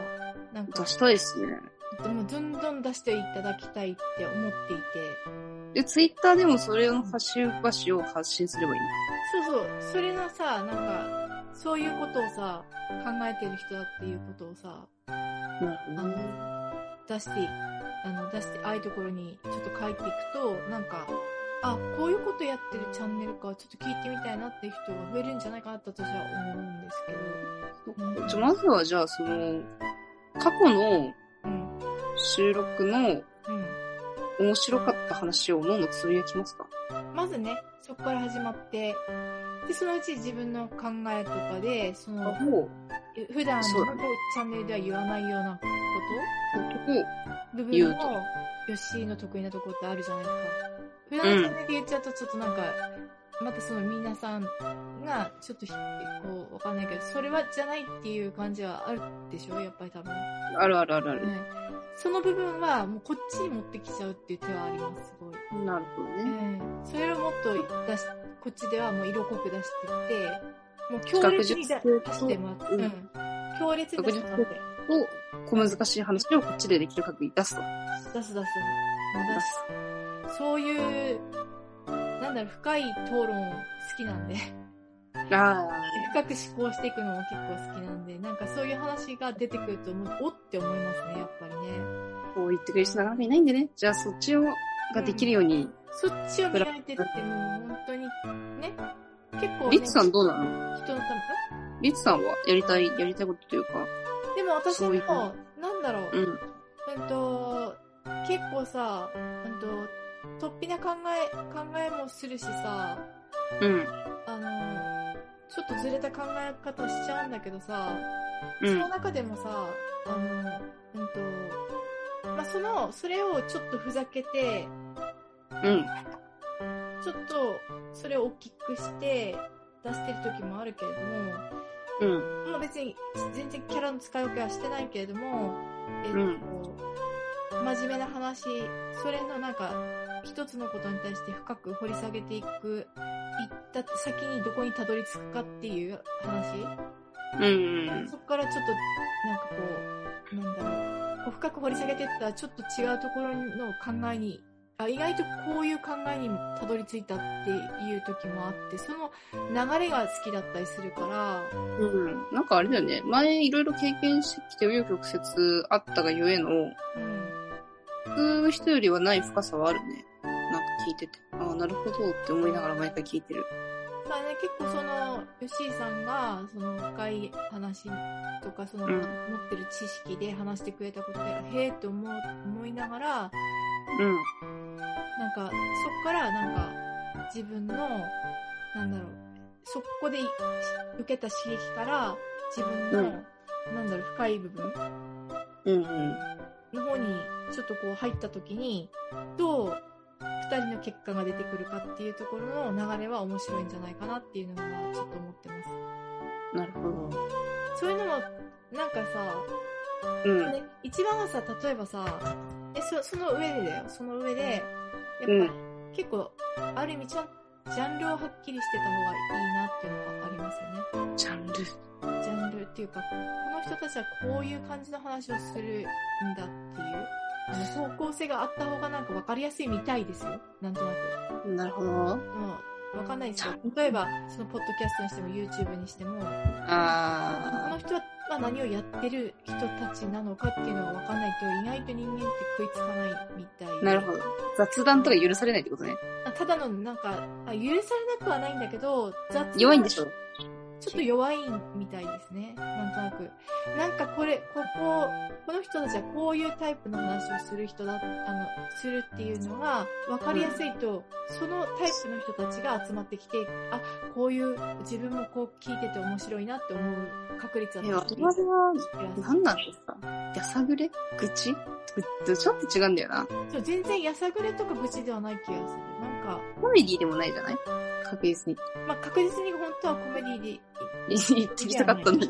なんか出、したいですね。でもどんどん出していただきたいって思っていて。で、ツイッターでもそれの発信場所を発信すればいい。そうそう、それのさ、なんか、そういうことをさ、考えてる人だっていうことをさ、あの、出して、あの、出して、ああいうところにちょっと書いていくと、なんか、あ、こういうことやってるチャンネルか、ちょっと聞いてみたいなっていう人が増えるんじゃないかなって私は思うんですけど。うんじゃあまずはじゃあその、過去のうん。収録のうん。面白かった話をどんどんつぶやきますかまずね、そこから始まって、で、そのうち自分の考えとかで、その、も普段のそうだねチャンネルでは言わないようなこう、と部分言うとも、ヨッシーの得意なとこってあるじゃないですか。普段のチャンネルで言っちゃうと、ちょっとなんか、またその皆さんが、ちょっとひ、こう、わかんないけど、それはじゃないっていう感じはあるでしょやっぱり多分。ね。あるあるあるある。その部分は、もうこっちに持ってきちゃうっていう手はあります、すごい。なるほどね。うん。それをもっと出し、こっちではもう色濃く出していって、もう強学烈術に系出としてもらって、うんうん。強烈に出してもらって。と、小難しい話をこっちでできる限り出すと。出す出す。出す。そういう、なんだろう、深い討論好きなんで、 あ深く思考していくのも結構好きなんで、なんかそういう話が出てくると、もうおって思いますね、やっぱりね。あ、こう言ってくれる人なかなかいないんでね。じゃあそっちを、ができるように。そっちを見られてるってもう本当に、ね。結構、ね、リッツさんどうなの人のため。リッツさんはやりたい、やりたいことというか、でも私そうもいう、なんだろうう、ん。うんと、結構さ、うんと、突飛な考え、考えもするしさ、うん。あの、ちょっとずれた考え方しちゃうんだけどさ、うそんの。中でもさ、あの、うんと、まあ、その、それをちょっとふざけて、うん。ちょっと、それを大きくして、出してる時もあるけれども、うん。もう別に、全然キャラの使い分けはしてないけれども、えっと、うん真面目な話、それのなんか、一つのことに対して深く掘り下げていく、行った先にどこにたどり着くかっていう話。うん。うんそこからちょっと、なんかこう、なんだろう、こう深く掘り下げていったら、ちょっと違うところの考えにあ意外とこういう考えにたどり着いたっていう時もあって、その流れが好きだったりするから、うん。なんかあれだよね。前いろいろ経験してきて、紆余曲折あったがゆえの、うん。普通の人よりはない深さはあるね。なんか聞いてて。ああ、なるほどって思いながら毎回聞いてる。まあね、結構その、吉井さんが、その深い話とか、その、うん持ってる知識で話してくれたことで、へえと思う、思いながら、うん。なんか、そっから、なんか、自分の、なんだろう、そこでい受けた刺激から、自分の、なんだろう、深い部分うんうん。の方に、ちょっとこう入った時に、どう、二人の結果が出てくるかっていうところの流れは面白いんじゃないかなっていうのは、ちょっと思ってます。なるほど。そういうのも、なんかうんさ、。ね、一番はさ、例えばさ、えそその上でだよ、その上で、やっぱ、う結構、ある意味ちゃん、ジャンルをはっきりしてた方がいいなっていうのはありますよね。ジャンル。ジャンルっていうか、この人たちはこういう感じの話をするんだっていう、あの、方向性があった方がなんか分かりやすいみたいですよ、なんとなく。なるほど。もう、分かんないですよジ。例えば、その、ポッドキャストにしても、YouTube にしても、このあ人は何をやってる人たちなのかっていうのは分かんないと、意外と人間って食いつかないみたいあ、なるほど。雑談とか許されないってことね。あただのなんかあ、許されなくはないんだけど、雑な弱いんでしょちょっと弱いみたいですね。なんとなく。なんかこれ、ここ、この人たちはこういうタイプの話をする人だ、あの、するっていうのが分かりやすいと、そのタイプの人たちが集まってきて、あ、こういう、自分もこう聞いてて面白いなって思う確率はえ、私は、いやなんなんですかやさぐれ愚痴ぐちょっと違うんだよな。そう、全然やさぐれとか愚痴ではない気がする。なんか、コメディでもないじゃない確実に。まあ、確実に本当はコメディで、い言ってきたかったのに。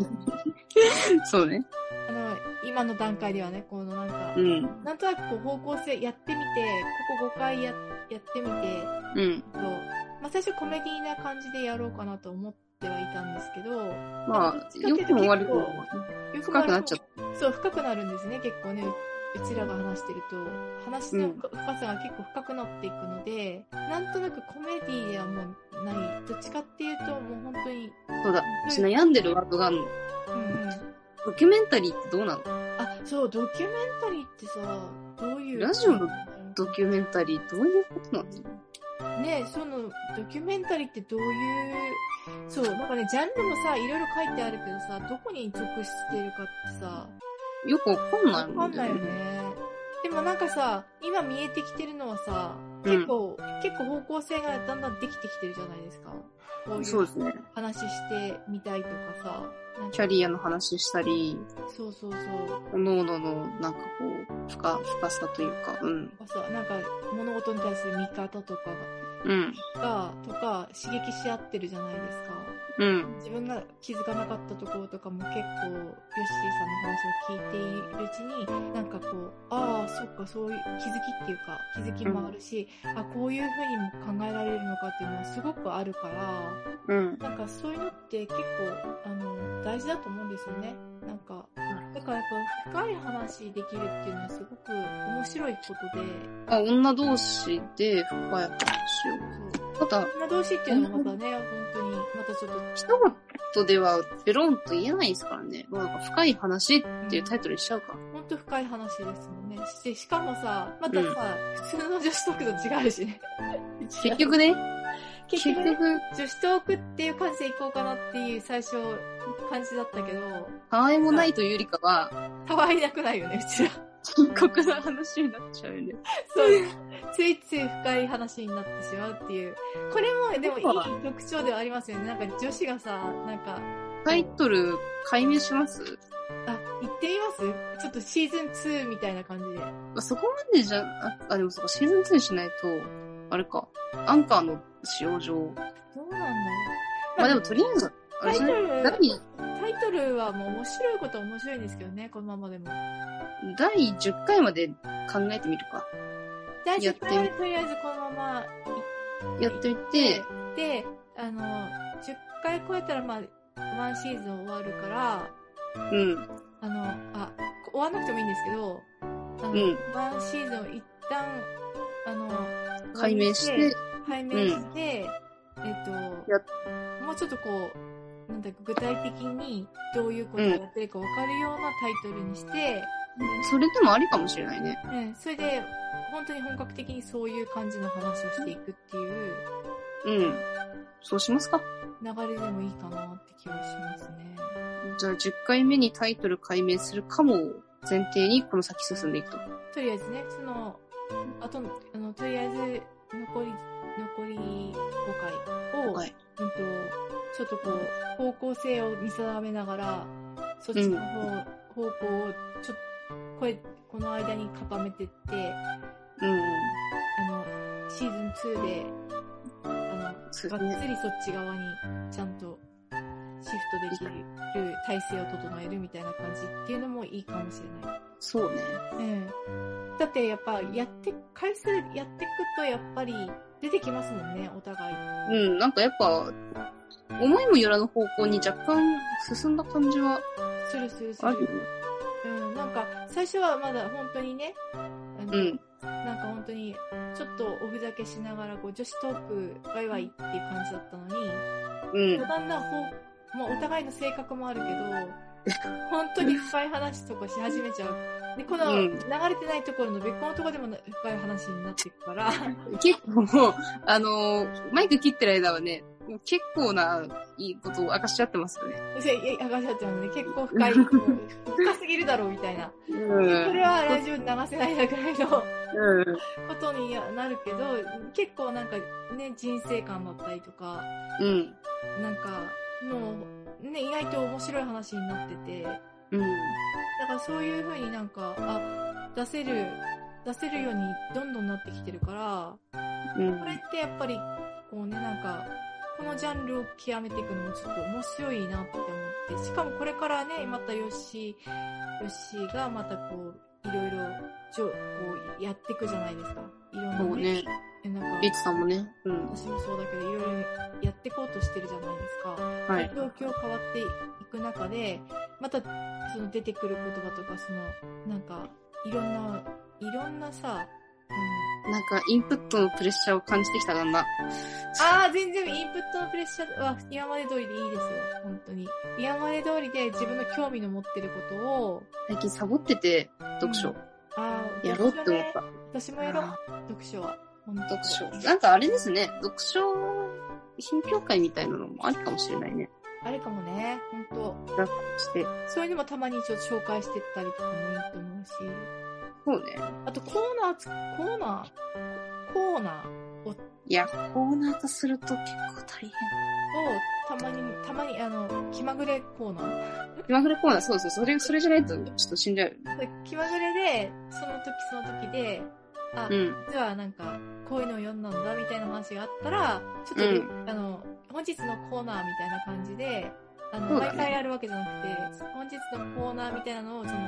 そうね。あの、今の段階ではね、このなんかう、ん。なんとなくこう方向性やってみて、ここ5回ややってみて、うん。そうまあ、最初コメディな感じでやろうかなと思ってはいたんですけど、まあ、良くも悪くも。よくも深くなっちゃっそう、深くなるんですね、結構ね。ううちらが話してると、話の深深さが結構深くなっていくので、なんとなくコメディではもうない。どっちかっていうと、もう本当に、た。そうだ。私悩んでるワードがあるの。うんうん。ドキュメンタリーってどうなのあ、そう、ドキュメンタリーってさ、どういう。ラジオのドキュメンタリーどういうことなのねえそのドキュメンタリーってどういう、そう、なんかね、ジャンルもさ、いろいろ書いてあるけどさ、どこに属してるかってさ、よくわかんないわかもんんないよね。でもなんかさ、今見えてきてるのはさ、うん結構、結構方向性がだんだんできてきてるじゃないですか。こういそううですね。話してみたいとかさ、なんキかャリアの話したり、そうそうそう。おののの、なんかこう、深、深さというか、うん。とかさ、なんか物事に対する見方とかうん。が、とか刺激し合ってるじゃないですか。うん。自分が気づかなかったところとかも結構、ヨッシーさんの話を聞いているうちに、なんかこう、ああ、そっか、そういう気づきっていうか、気づきもあるし、あ、こういうふうにも考えられるのかっていうのはすごくあるから、うん。なんかそういうのって結構、あの、大事だと思うんですよね。なんか、だからこう、深い話できるっていうのはすごく面白いことで、あ、女同士で深いそ話う。を。ただ、みんな同士っていうのもまたね、本当に、またちょっと、一言ではベロンと言えないですからね。もうなんか深い話っていうタイトルにしちゃうか。ほんと深い話ですもんね。ししかもさ、またさ、普通の女子トークと違うしね。 結局ね、結結局ね、局、女子トークっていう感じで行こうかなっていう最初感じだったけど、可愛もないというよりかは、可愛なくないよね、うちら。 深刻な話になっちゃうよね。そう。ついつい深い話になってしまうっていう。これも、でもいい特徴ではありますよね。なんか女子がさ、なんか、タイトル、解明しますあ、行ってみますちょっとシーズン2みたいな感じで。まあそこまでじゃ、あ、あでもそこシーズン2にしないと、あれか、アンカーの使用上。どうなんだろう。まあでもとりあえず、あタれイじトゃないル、第、タイトルはもう面白いことは面白いんですけどね、このままでも。第10回まで考えてみるか。大丈や夫ってとりあえずこのままやってみて、行って、あの、10回超えたら、まあ、ワンシーズン終わるから、うん、あの、あ、終わんなくてもいいんですけど、あの、うんワンシーズンを一旦あの、解明して、解明して、えっ、やと、もうちょっとこう、なんだか具体的にどういうことをやってるか分かるようなタイトルにして、それでもありかもしれないね。うん、それで、本当に本格的にそういう感じの話をしていくっていううん。そうしますか。流れでもいいかなって気はしますね。じゃあ10回目にタイトル解明するかもを前提にこの先進んでいくと。とりあえずね、その、あと、あの、とりあえず、残り、残り5回を、はい。うんと、ちょっとこう、方向性を見定めながら、そっちの方,、方向を、ちょっと、これ、この間に固めてって、あうん。の、シーズン2で、あの、そうがだっね。つりそっち側に、ちゃんと、シフトできる体制を整えるみたいな感じっていうのもいいかもしれない。そうね。うんだってやっぱやって、回数やってくとやっぱり出てきますもんね、お互い。うん。なんかやっぱ、思いもよらぬ方向に若干進んだ感じはするするすあるよる。ね。うん、なんか最初はまだ本当にね、あのうん。なんか本当にちょっとおふざけしながらこう女子トークワイワイっていう感じだったのに、うん。だんだんほう、まあ、お互いの性格もあるけど、本当に深い話とかし始めちゃう。で、このう流んれてないところの別個のところでも深い話になっていくから、結構 もう、あのーマイク切ってる間はね、もう結構ないいことを明かしちゃってますよね。いやいや、赤ちゃんってね、結構深い、深すぎるだろうみたいな。うそれはラジオに流せないなぐらいのこうん。とにはなるけど、結構なんかね、人生観だったりとか、うん。なんか、もう、ね、意外と面白い話になってて、だうん。からそういう風になんか、あ、出せる、出せるようにどんどんなってきてるから、うんこれってやっぱり、こうね、なんか、このジャンルを極めていくのもちょっと面白いなって思って、しかもこれからね、またヨッシー、ヨッシーがまたこう、いろいろ、じょこう、やっていくじゃないですか。いろんな、そうね。えなんリかッ、ツさんもね。うん。私もそうだけど、いろいろやっていこうとしてるじゃないですか。はい。状況変わっていく中で、また、その出てくる言葉とか、その、なんか、いろんな、いろんなさ、うん、なんか、インプットのプレッシャーを感じてきた旦那。ああ、全然インプットのプレッシャーは今まで通りでいいですよ。本当に。今まで通りで自分の興味の持ってることを、最近サボってて、読書。ああ、やろうって思った。私もやろう。読書は。本当に読書。なんかあれですね、読書品評会みたいなのもありかもしれないね。あれかもね。本して。当そういうのもたまにちょっと紹介してったりとかもいいと思うし。そうね。あとコーナーつ、コーナー、コーナーいや、コーナー化すると結構大変。をたまに、たまに、あの、気まぐれコーナー。気まぐれコーナー、そうそう、それ、それじゃないと、ちょっと死んじゃうよね。で気まぐれで、その時その時で、あ、うん。実はなんかこういうのを読んだんだみたいな話があったらちょっと、うあの本日のコーナーみたいな感じであの、そうだね毎回あるわけじゃなくて本日のコーナーみたいなのをその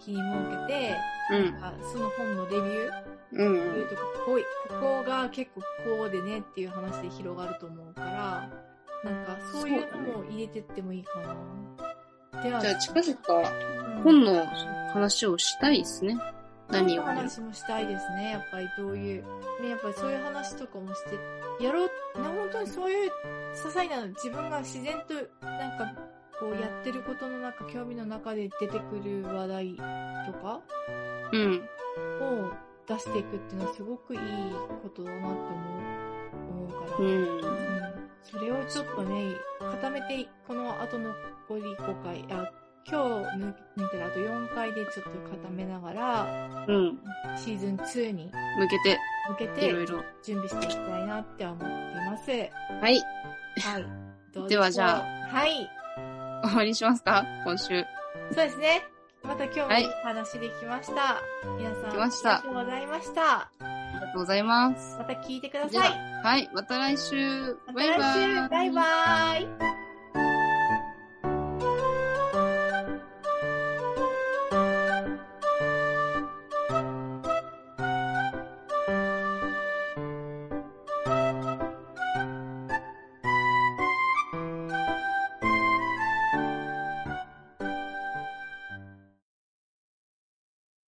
日に設けて、うん。あその本のレビューうん。といううんとここここが結構こうでねっていう話で広がると思うからなんかそういうのも入れてってもいいかな。ではじゃあ、近々、うん本の話をしたいですね。何を本のね。話もしたいですね。やっぱりどういう、ね、やっぱりそういう話とかもして、やろう、ね、本当にそういう些細な自分が自然と、なんか、こうやってることの中、興味の中で出てくる話題とかうん。を出していくっていうのはすごくいいことだなって思う、思うから。ううんん。それをちょっとね、固めて、この後の残り5回、あ、今日抜いたらあと4回でちょっと固めながら、うん。シーズン2に向けて、向けいろいてろ。準備していきたいなって思っています。はい。 はい。どうぞではじゃはい。終わりにしますか今週。そうですね。また今日もはいいい話できました。皆さん、できましたありがとうございました。ありがとうございます。また聞いてくだじさゃい。あはい。また来週。まバたイバ来イ。週バイバイ。